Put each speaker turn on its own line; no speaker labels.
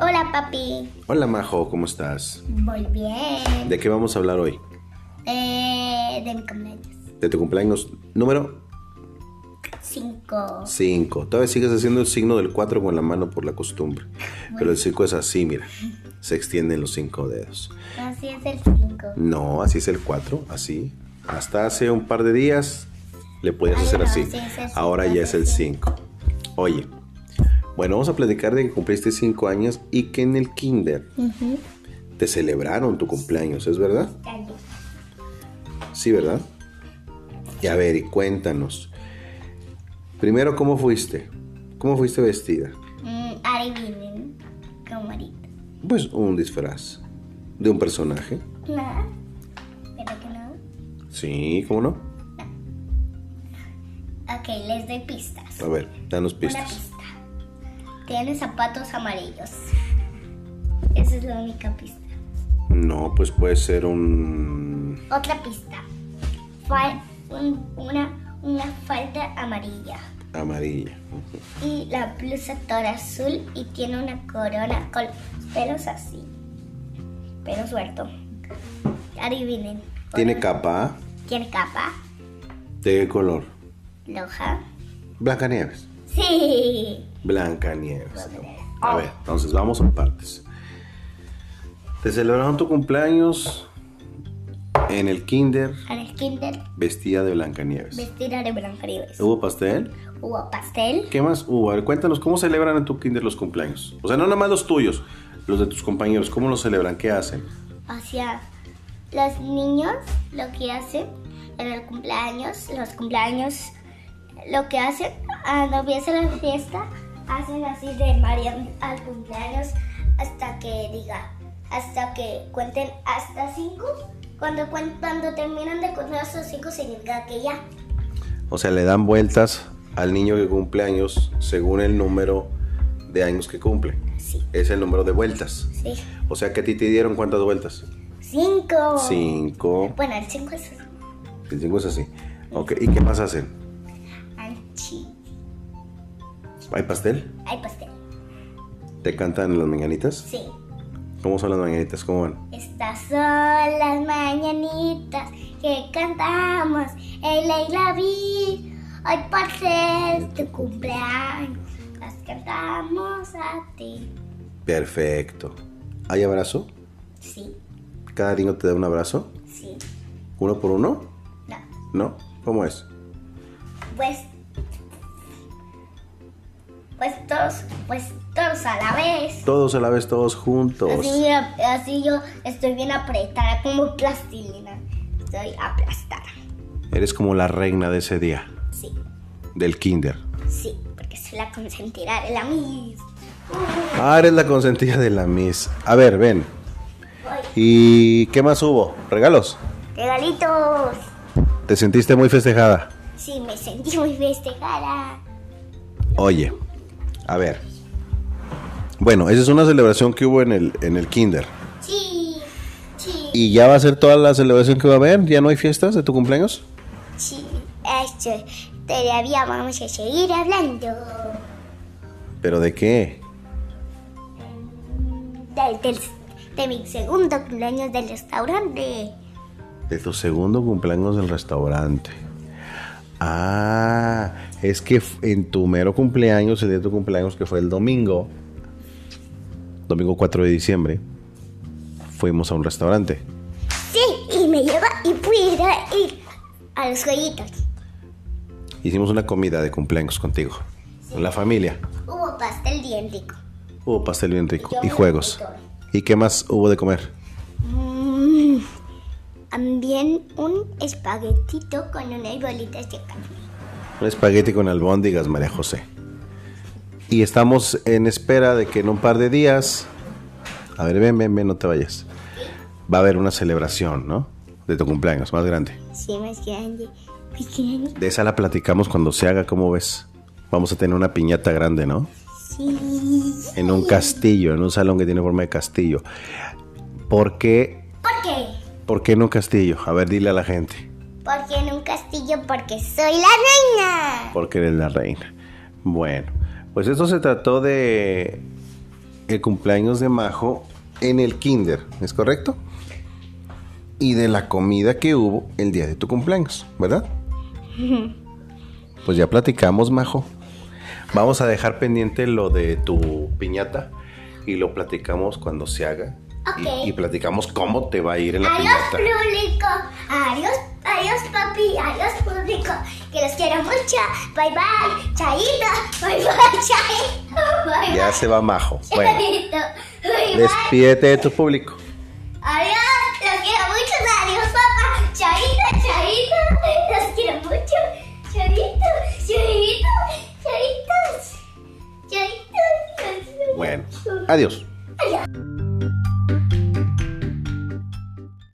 Hola, papi.
Hola Majo, ¿cómo estás?
Muy bien.
¿De qué vamos a hablar hoy?
Eh, de mi cumpleaños.
De tu cumpleaños número
Cinco.
5. Todavía sigues haciendo el signo del 4 con la mano por la costumbre. Pero el 5 es así, mira. Se extienden los 5 dedos.
Así es el cinco.
No, así es el 4, así. Hasta hace un par de días le podías
Ay,
hacer
no,
así.
sí, es el
Ahora
cinco,
ya
es
es
el
el 5. Oye, bueno, vamos a platicar de que cumpliste 5 años y que en el kinder te celebraron tu cumpleaños, ¿es verdad?
Calle.
Sí, ¿verdad? Y a ver, y cuéntanos. Primero, ¿cómo fuiste? ¿Cómo fuiste vestida?
Mm, adivinen. Como ahorita.
Pues un disfraz. ¿De un personaje?
Nada. ¿Verdad Ah, que no?
Sí, ¿cómo no?
Ok, les doy pistas.
A ver, danos
Una
Ah, pistas.
pista. Tiene zapatos amarillos. Esa es la única pista.
No, pues puede ser un...
Otra pista. Fal- un- una, una falda amarilla.
amarilla.
Y la blusa toda azul y tiene una corona con los pelos así. Pelo suelto. Adivinen.
¿Tiene
Corona-
capa?
Tiene capa.
¿De qué color?
Loja.
Blancanieves.
Sí.
Blancanieves. ¿no? A ver, entonces vamos a partes. Te celebraron tu cumpleaños en el kinder
En el kinder
vestida de Blancanieves.
vestida de blanca Nieves.
¿Hubo pastel?
Hubo pastel.
¿Qué más hubo? A ver, cuéntanos, ¿cómo celebran en tu kinder los cumpleaños? O sea, no nada más los tuyos, los de tus compañeros, ¿cómo los celebran? ¿Qué hacen?
O sea, los niños lo que hacen en el cumpleaños, los cumpleaños lo que hacen Ah, cuando empieza la fiesta, hacen así de Marian al cumpleaños hasta que diga, hasta que cuenten hasta cinco. Cuando, cuen- cuando terminan de contar esos cinco significa que ya.
O sea, le dan vueltas al niño que cumple años según el número de años que cumple.
Sí,
Es el número de vueltas.
sí.
O sea, que a ti te dieron cuántas vueltas?
Cinco.
Cinco.
Bueno, el cinco es
El cinco es así. Ok, ¿y qué más hacen?
anchi.
¿Hay pastel?
Hay pastel.
¿Te cantan las mañanitas?
Sí.
¿Cómo son las mañanitas? ¿Cómo van?
Estas son las mañanitas que cantamos en la isla Vi. Hoy por ser tu cumpleaños, las cantamos a ti.
Perfecto. ¿Hay abrazo?
Sí,
¿Cada niño te da un abrazo?
sí,
¿Uno por uno?
no.
¿No? ¿Cómo es?
Pues, pues todos, pues todos a la vez.
Todos a la vez, todos juntos.
Así, así yo estoy bien apretada como plastilina. Estoy aplastada.
Eres como la reina de ese día,
Sí,
del kinder.
sí, porque soy la consentirá de la misma.
Ah, eres la consentida de la Miss. A ver, ven. ¿Y qué más hubo? ¿Regalos?
Regalitos.
¿Te sentiste muy festejada?
Sí, me sentí muy festejada.
Oye, a ver. Bueno, esa es una celebración que hubo en el, en el kinder.
Sí, sí,
¿Y ya va a ser toda la celebración que va a haber? ¿Ya no hay fiestas de tu cumpleaños?
sí. Esto, todavía vamos a seguir hablando
¿Pero de qué?
del, del- de mi segundo cumpleaños del restaurante.
De tu segundo cumpleaños del restaurante. Ah, es que f- en tu mero cumpleaños, el día de tu cumpleaños que fue el domingo, domingo 4 de diciembre, fuimos a un restaurante.
Sí, y me lleva y pudiera ir a los jueguitos.
Hicimos una comida de cumpleaños contigo, con la familia.
Hubo pastel diéntico.
Hubo pastel bien rico
Yo
y
me
juegos.
acuerdo.
¿Y qué más hubo de comer?
Mm, también un espaguetito con unas bolitas de carne.
Un espagueti con albóndigas, María José. Y estamos en espera de que en un par de días. A ver, ven, ven, ven, no te vayas. Va a haber una celebración, ¿no? De tu cumpleaños, más grande.
Sí, más grande, más grande.
De esa la platicamos cuando se haga, ¿cómo ves? Vamos a tener una piñata grande, ¿no?
Sí.
En un castillo, en un salón que tiene forma de castillo. ¿Por qué?
¿Por qué?
¿Por qué en un castillo? A ver, dile a la gente.
Porque en un castillo, porque soy la reina.
Porque eres la reina. Bueno, pues esto se trató de el cumpleaños de Majo en el kinder, ¿es correcto? Y de la comida que hubo el día de tu cumpleaños, ¿verdad? Pues ya platicamos, Majo. Vamos a dejar pendiente lo de tu piñata y lo platicamos cuando se haga. Y-
Ok.
Y, platicamos cómo te va a ir en la
Adiós
piñata.
público, adiós, adiós papi, adiós público, que los quiero mucho, bye bye, chaito, bye bye, chaito, bye
Ya
bye,
se va Majo. Bueno,
chaito, bye bye,
despídete de tu público.
adiós, los quiero mucho, adiós papá, chaito, chaito, los quiero mucho, chaito, chaito, chaito, chaito, los quiero
Bueno,
mucho.
adiós.